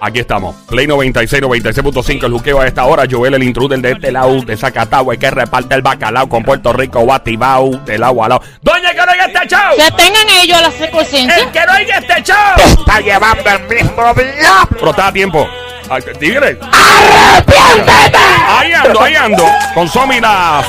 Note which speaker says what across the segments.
Speaker 1: Aquí estamos. Play 96, 96.5. El juqueo a esta hora. Joel, el intruder de este lado, de Zacatau, el que reparte el bacalao con Puerto Rico, Guatibao, de lado a lado. ¡Doña, que no hay este show!
Speaker 2: Que tengan ellos la circunstancia.
Speaker 1: ¡El que no hay este show! ¡Está llevando el mismo blog! Pero está a tiempo. Ay, ¡Tigre! Ahí ando, ahí ando. Con Somi, la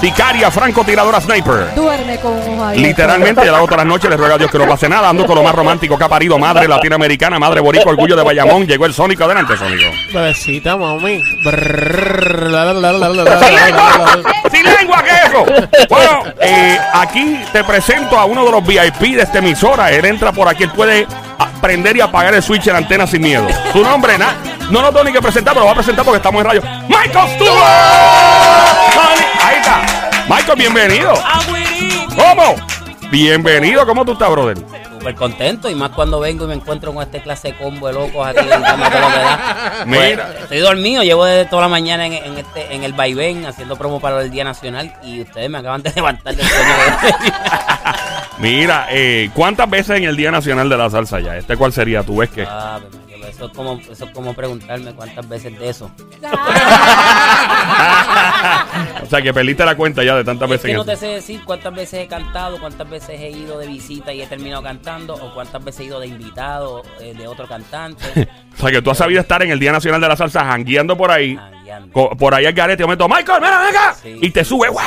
Speaker 1: sicaria, francotiradora, sniper.
Speaker 3: Duerme con un ojo abierto.
Speaker 1: Literalmente, ya la todas las noches, le ruego a Dios que no pase nada. Ando con lo más romántico que ha parido madre latinoamericana, madre boricua, orgullo de Bayamón. Llegó el Sónico. Adelante, Sónico.
Speaker 4: Bebecita, mami.
Speaker 1: ¡Sin lengua! ¡Sin lengua, qué es eso! Bueno, eh, aquí te presento a uno de los VIP de esta emisora. Él entra por aquí, él puede a- prender y apagar el switch en la antena sin miedo. Su nombre, na- no lo tengo ni que presentar, pero lo voy a presentar porque estamos en radio. ¡Michael Stewart! Ahí está. Michael, bienvenido. ¿Cómo? Bienvenido, ¿cómo tú estás, brother?
Speaker 5: Súper contento y más cuando vengo y me encuentro con este clase de combo de locos aquí en el tema de lo que da.
Speaker 1: Mira.
Speaker 5: Pues, estoy dormido, llevo desde toda la mañana en, en este, en el vaivén haciendo promo para el Día Nacional y ustedes me acaban de levantar del sueño.
Speaker 1: Mira, eh, ¿cuántas veces en el Día Nacional de la Salsa ya? ¿Este cuál sería? ¿Tú ves que?
Speaker 5: Ah, pues, Mario, eso, es como, eso es como preguntarme cuántas veces de eso.
Speaker 1: o sea, que perdiste la cuenta ya de tantas
Speaker 5: Es
Speaker 1: veces
Speaker 5: que
Speaker 1: en
Speaker 5: no
Speaker 1: el...
Speaker 5: te sé decir cuántas veces he cantado, cuántas veces he ido de visita y he terminado cantando, o cuántas veces he ido de invitado eh, de otro cantante.
Speaker 1: O sea, que tú has sabido estar en el Día Nacional de la Salsa jangueando por ahí.
Speaker 5: Jangueando.
Speaker 1: Co- por ahí al garete. Yo me meto, Michael, mira, ven acá.
Speaker 5: Sí.
Speaker 1: Y te sube, ¡guau!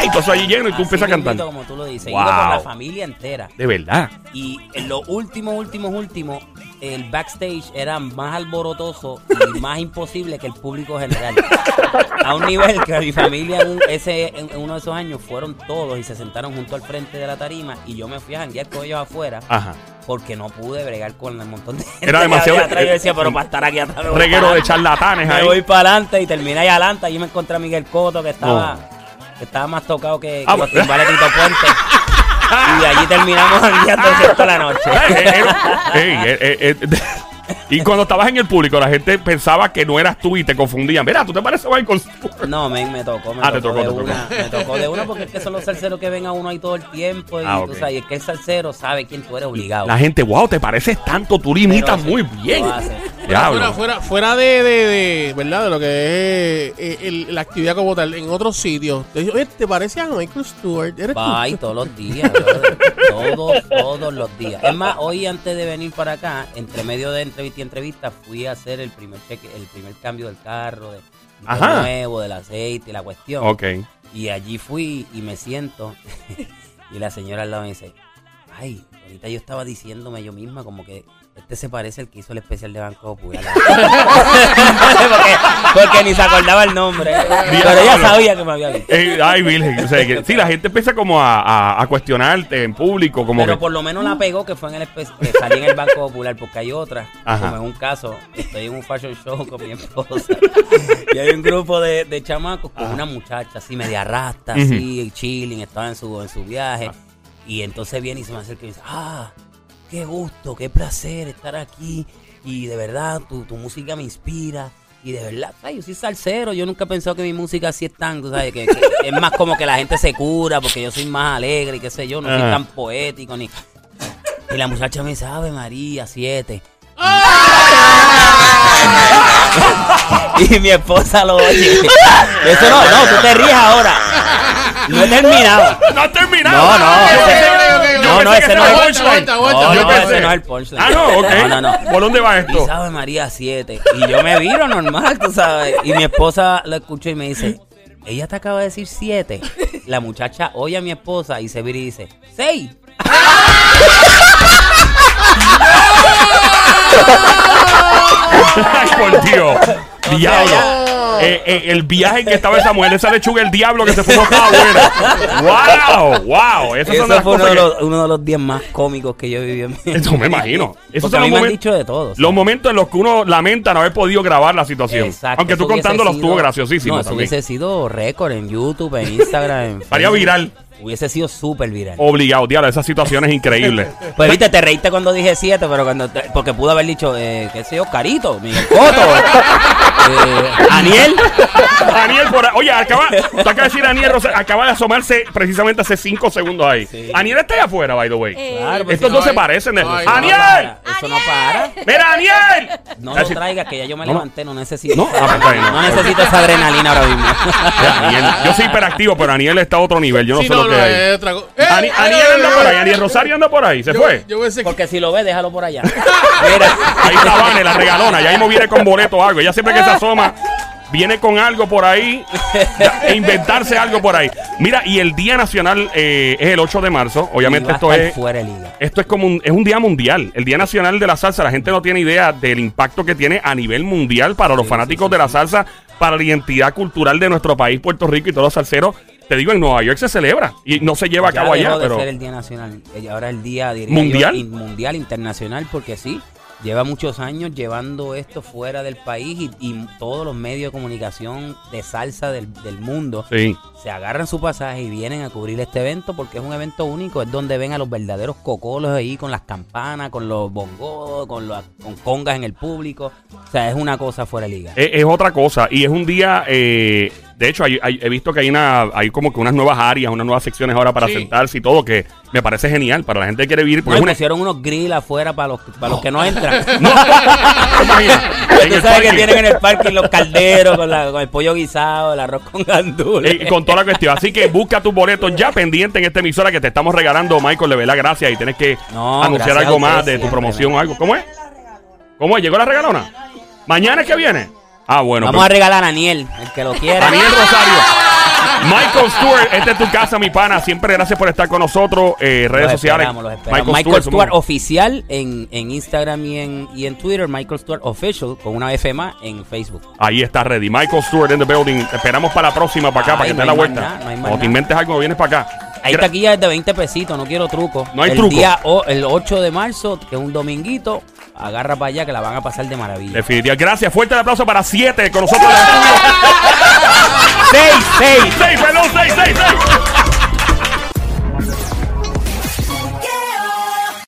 Speaker 1: Y tú estás allí lleno y tú
Speaker 5: Así
Speaker 1: empiezas a
Speaker 5: mismito
Speaker 1: cantar.
Speaker 5: Como tú lo dices, he
Speaker 1: Wow.
Speaker 5: ido con la familia entera.
Speaker 1: De verdad.
Speaker 5: Y en los últimos, últimos, últimos, el backstage era más alborotoso y más imposible que el público general. A un nivel que mi familia en, un- ese, en en uno de esos años fueron todos y se sentaron junto al frente de la tarima y yo me fui a janguear con ellos afuera
Speaker 1: Ajá.
Speaker 5: porque no pude bregar con el montón de gente.
Speaker 1: Ah. Era
Speaker 5: que
Speaker 1: demasiado- eh,
Speaker 5: había atrás. Yo decía, pero para estar aquí atrás. me voy
Speaker 1: Reguero
Speaker 5: para
Speaker 1: de
Speaker 5: adelante".
Speaker 1: charlatanes
Speaker 5: Me
Speaker 1: ahí. Eh,
Speaker 5: voy para adelante y terminé ahí adelante. Allí me encontré a Miguel Coto que estaba, que estaba más tocado que, que
Speaker 1: Ah,
Speaker 5: los
Speaker 1: bueno.
Speaker 5: timbales de Tito Puente. y de allí terminamos jangueando toda la noche.
Speaker 1: Ey, ey, ey, ey, ey, ey, ey. eh, Y cuando estabas en el público, la gente pensaba que no eras tú y te confundían. Mira, tú te pareces a Michael Stewart.
Speaker 5: No, men, me tocó, me
Speaker 1: Ah, te tocó,
Speaker 5: tocó, de
Speaker 1: te tocó.
Speaker 5: una, me tocó de una porque es que son los salseros que ven a uno ahí todo el tiempo y
Speaker 1: Ah,
Speaker 5: tú
Speaker 1: ok.
Speaker 5: sabes, y es que el salsero sabe quién tú eres obligado.
Speaker 1: La gente, wow, te pareces tanto, tú lo imitas
Speaker 5: Lo hace,
Speaker 1: muy bien.
Speaker 5: lo hace.
Speaker 4: Fuera,
Speaker 1: Diablo.
Speaker 4: fuera, fuera de, de, de, ¿verdad? De lo que es eh, el- la actividad como tal, en otros sitios. Te, digo, "Oye, ¿te parece a Michael Stewart? ¿Eres tú?"
Speaker 5: Bye, todos los días, brother. todos, todos los días. Es más, hoy antes de venir para acá, entre medio de entrevista y entrevista, fui a hacer el primer cheque, el primer cambio del carro, de, del
Speaker 1: Ajá.
Speaker 5: nuevo, del aceite, la cuestión.
Speaker 1: Ok.
Speaker 5: Y allí fui y me siento. y la señora al lado me dice, ay, ahorita yo estaba diciéndome yo misma como que este se parece al que hizo el especial de Banco Popular. porque, porque ni se acordaba el nombre. Pero ella
Speaker 1: Diablo.
Speaker 5: sabía que me había visto.
Speaker 1: Ey, Eh, ay, Virgen. O sea, que, sí, la gente empieza como a, a- a cuestionarte en público. Como
Speaker 5: Pero
Speaker 1: que- Mm.
Speaker 5: por lo menos la pegó que fue en el espe- que salí en el Banco Popular, porque hay otras,
Speaker 1: Ajá.
Speaker 5: como en un caso, estoy en un fashion show con mi esposa, y hay un grupo de, de chamacos con una muchacha así media rasta, así, chilling, estaba en su, en su viaje,
Speaker 1: Ah.
Speaker 5: y entonces viene y se me acerca y dice, ah, qué gusto, qué placer estar aquí, y de verdad, tu, tu música me inspira. Y de verdad, ay, yo soy salsero, yo nunca he pensado que mi música así es tan, tú ¿sabes? Que, que es más como que la gente se cura porque yo soy más alegre y qué sé yo, no soy
Speaker 1: Ajá.
Speaker 5: tan poético ni... Y la muchacha me dice, Ave María, siete. y mi esposa lo oye. Eso no, no, tú te ríes ahora. No he terminado.
Speaker 1: ¡No has terminado!
Speaker 5: No, no,
Speaker 1: Yo
Speaker 5: ese-
Speaker 1: pensé- yo
Speaker 5: no,
Speaker 1: pensé
Speaker 5: no,
Speaker 1: que
Speaker 5: ese
Speaker 1: era
Speaker 5: no es-
Speaker 1: punchline.
Speaker 4: Aguanta, aguanta,
Speaker 5: No,
Speaker 1: Yo
Speaker 5: no,
Speaker 1: pensé.
Speaker 5: ese no es el punchline.
Speaker 1: Ah, no, ok.
Speaker 5: No, no, no.
Speaker 1: ¿Por dónde va
Speaker 5: Y
Speaker 1: esto?
Speaker 5: sabe María siete. Y yo me viro normal, tú sabes. Y mi esposa lo escuchó y me dice, Ella te acaba de decir siete. La muchacha oye a mi esposa y se vira y dice, ¡seis!
Speaker 1: Ay, por Dios. Diablo. Eh, eh, el viaje en que estaba esa mujer, esa lechuga, el diablo que se fumó estaba buena. ¡Wow! ¡Wow! Esas son de
Speaker 5: Eso
Speaker 1: las
Speaker 5: fue
Speaker 1: cosas
Speaker 5: uno de,
Speaker 1: que-
Speaker 5: los, uno de los días más cómicos que yo viví en mi vida.
Speaker 1: Eso me imagino. Esos son
Speaker 5: Porque a
Speaker 1: los
Speaker 5: mí me han
Speaker 1: momen-
Speaker 5: dicho de todo. o sea.
Speaker 1: Los momentos en los que uno lamenta no haber podido grabar la situación.
Speaker 5: Exacto,
Speaker 1: Aunque tú
Speaker 5: eso hubiese
Speaker 1: contándolos
Speaker 5: sido-
Speaker 1: estuvo graciosísimo
Speaker 5: No, eso
Speaker 1: también.
Speaker 5: hubiese sido récord en YouTube, en Instagram, en
Speaker 1: Estaría
Speaker 5: Facebook.
Speaker 1: viral.
Speaker 5: Hubiese sido súper viral.
Speaker 1: Obligado, diablo, esas situaciones increíbles.
Speaker 5: Pues viste, te reíste cuando dije siete, pero cuando te- porque pude haber dicho, eh, qué sé yo, Carito, Miguel Coto, eh, Aniel.
Speaker 1: Aniel, por, oye, acaba, tú acabas de decir Aniel Rosario, acaba de asomarse precisamente hace cinco segundos ahí. Aniel está allá afuera, by the way.
Speaker 5: Claro, pues
Speaker 1: Estos
Speaker 5: si
Speaker 1: dos
Speaker 5: no-
Speaker 1: se parecen. de-
Speaker 4: Ay,
Speaker 5: no
Speaker 1: ¡Aniel!
Speaker 5: para, Eso no para.
Speaker 1: ¡Mira, Aniel!
Speaker 5: No lo
Speaker 1: Así-
Speaker 5: traigas, que ya yo me
Speaker 1: No.
Speaker 5: levanté, no necesito.
Speaker 1: No, ah, pues, no.
Speaker 5: No necesito esa adrenalina ahora mismo.
Speaker 1: Ya, Aniel, yo soy hiperactivo, pero Aniel está a otro nivel. Yo no
Speaker 4: Sí,
Speaker 1: sé
Speaker 4: no,
Speaker 1: lo
Speaker 4: no,
Speaker 1: que hay.
Speaker 4: es otra cosa.
Speaker 1: Ani-
Speaker 4: Eh,
Speaker 1: Aniel
Speaker 4: eh,
Speaker 1: anda
Speaker 4: eh,
Speaker 1: por ahí,
Speaker 4: eh,
Speaker 1: Aniel Rosario anda por ahí, se
Speaker 4: yo-
Speaker 1: fue.
Speaker 4: Yo pensé que.
Speaker 5: Porque si lo ves, déjalo por allá. Mira.
Speaker 1: Ahí está Vane, la regalona. Ya mismo viene con boleto o algo. Ella siempre que se asoma, viene con algo por ahí. ya, E inventarse algo por ahí. Mira, y el Día Nacional eh, es el 8 de marzo.
Speaker 5: Y
Speaker 1: Obviamente
Speaker 5: va a
Speaker 1: esto
Speaker 5: estar
Speaker 1: es...
Speaker 5: fuera de liga.
Speaker 1: Esto es como un, es un día mundial. El Día Nacional de la Salsa. La gente no tiene idea del impacto que tiene a nivel mundial para los fanáticos de la salsa, para la identidad cultural de nuestro país, Puerto Rico y todos los salseros. Te digo, en Nueva York se celebra y no se lleva a
Speaker 5: Ya
Speaker 1: cabo allá,
Speaker 5: dejó de
Speaker 1: pero
Speaker 5: ser el día nacional. Eh, Ahora el día diría
Speaker 1: ¿Mundial?
Speaker 5: yo, in- mundial internacional, porque sí, lleva muchos años llevando esto fuera del país y, y todos los medios de comunicación de salsa del, del mundo
Speaker 1: sí.
Speaker 5: se agarran su pasaje y vienen a cubrir este evento porque es un evento único, es donde ven a los verdaderos cocolos ahí con las campanas, con los bongos, con las con congas en el público. O sea, es una cosa fuera de liga.
Speaker 1: Es, es otra cosa. Y es un día. eh, de hecho, hay- hay- he visto que hay una hay como que unas nuevas áreas, unas nuevas secciones ahora para
Speaker 4: Sí.
Speaker 1: sentarse y todo, que me parece genial para la gente que quiere vivir.
Speaker 5: No, pues
Speaker 1: Porque
Speaker 5: y
Speaker 1: es pues una.
Speaker 5: pusieron unos grills afuera para los, para los que no entran.
Speaker 1: No, imagina, en
Speaker 5: Tú
Speaker 1: el
Speaker 5: sabes que
Speaker 1: parking.
Speaker 5: tienen en el parking los calderos con, la- con el pollo guisado, el arroz con gandules.
Speaker 1: Eh, con toda la cuestión. Así que busca tus boletos ya pendiente en esta emisora que te estamos regalando, Michael. Le ve la gracia y tienes que
Speaker 5: No,
Speaker 1: anunciar
Speaker 5: gracias a
Speaker 1: algo más
Speaker 5: ustedes
Speaker 1: de tu
Speaker 5: siempre,
Speaker 1: promoción o algo. ¿Cómo es? ¿Cómo es? ¿Llegó la regalona? ¿Mañana es que viene? Ah, bueno.
Speaker 5: Vamos a
Speaker 1: pues,
Speaker 5: regalar a Aniel, el que lo quiera.
Speaker 1: Daniel Rosario. Michael Stewart, esta es tu casa, mi pana. Siempre gracias por estar con nosotros. Eh, redes
Speaker 5: Los
Speaker 1: sociales.
Speaker 5: esperamos, los esperamos. Michael Stuart,
Speaker 1: somos-
Speaker 5: oficial en, en Instagram y en, y en Twitter. Michael Stuart Official con una F más en Facebook.
Speaker 1: Ahí está ready. Michael Stewart in the building. Te Esperamos para la próxima, para acá,
Speaker 5: Ay,
Speaker 1: para que
Speaker 5: no
Speaker 1: te dé
Speaker 5: hay
Speaker 1: la
Speaker 5: más
Speaker 1: vuelta.
Speaker 5: nada, no hay más
Speaker 1: o te
Speaker 5: nada.
Speaker 1: inventes algo, vienes para acá.
Speaker 5: Hay
Speaker 1: Gra-
Speaker 5: taquillas de 20 pesitos, no quiero truco.
Speaker 1: No hay
Speaker 5: el
Speaker 1: truco.
Speaker 5: Día, o- el 8 de marzo, que es un dominguito, agarra para allá que la van a pasar de maravilla.
Speaker 1: Definitivamente. Gracias. Fuerte el aplauso para 7 con nosotros. 6, 6, 6, perdón, 6, 6, 6.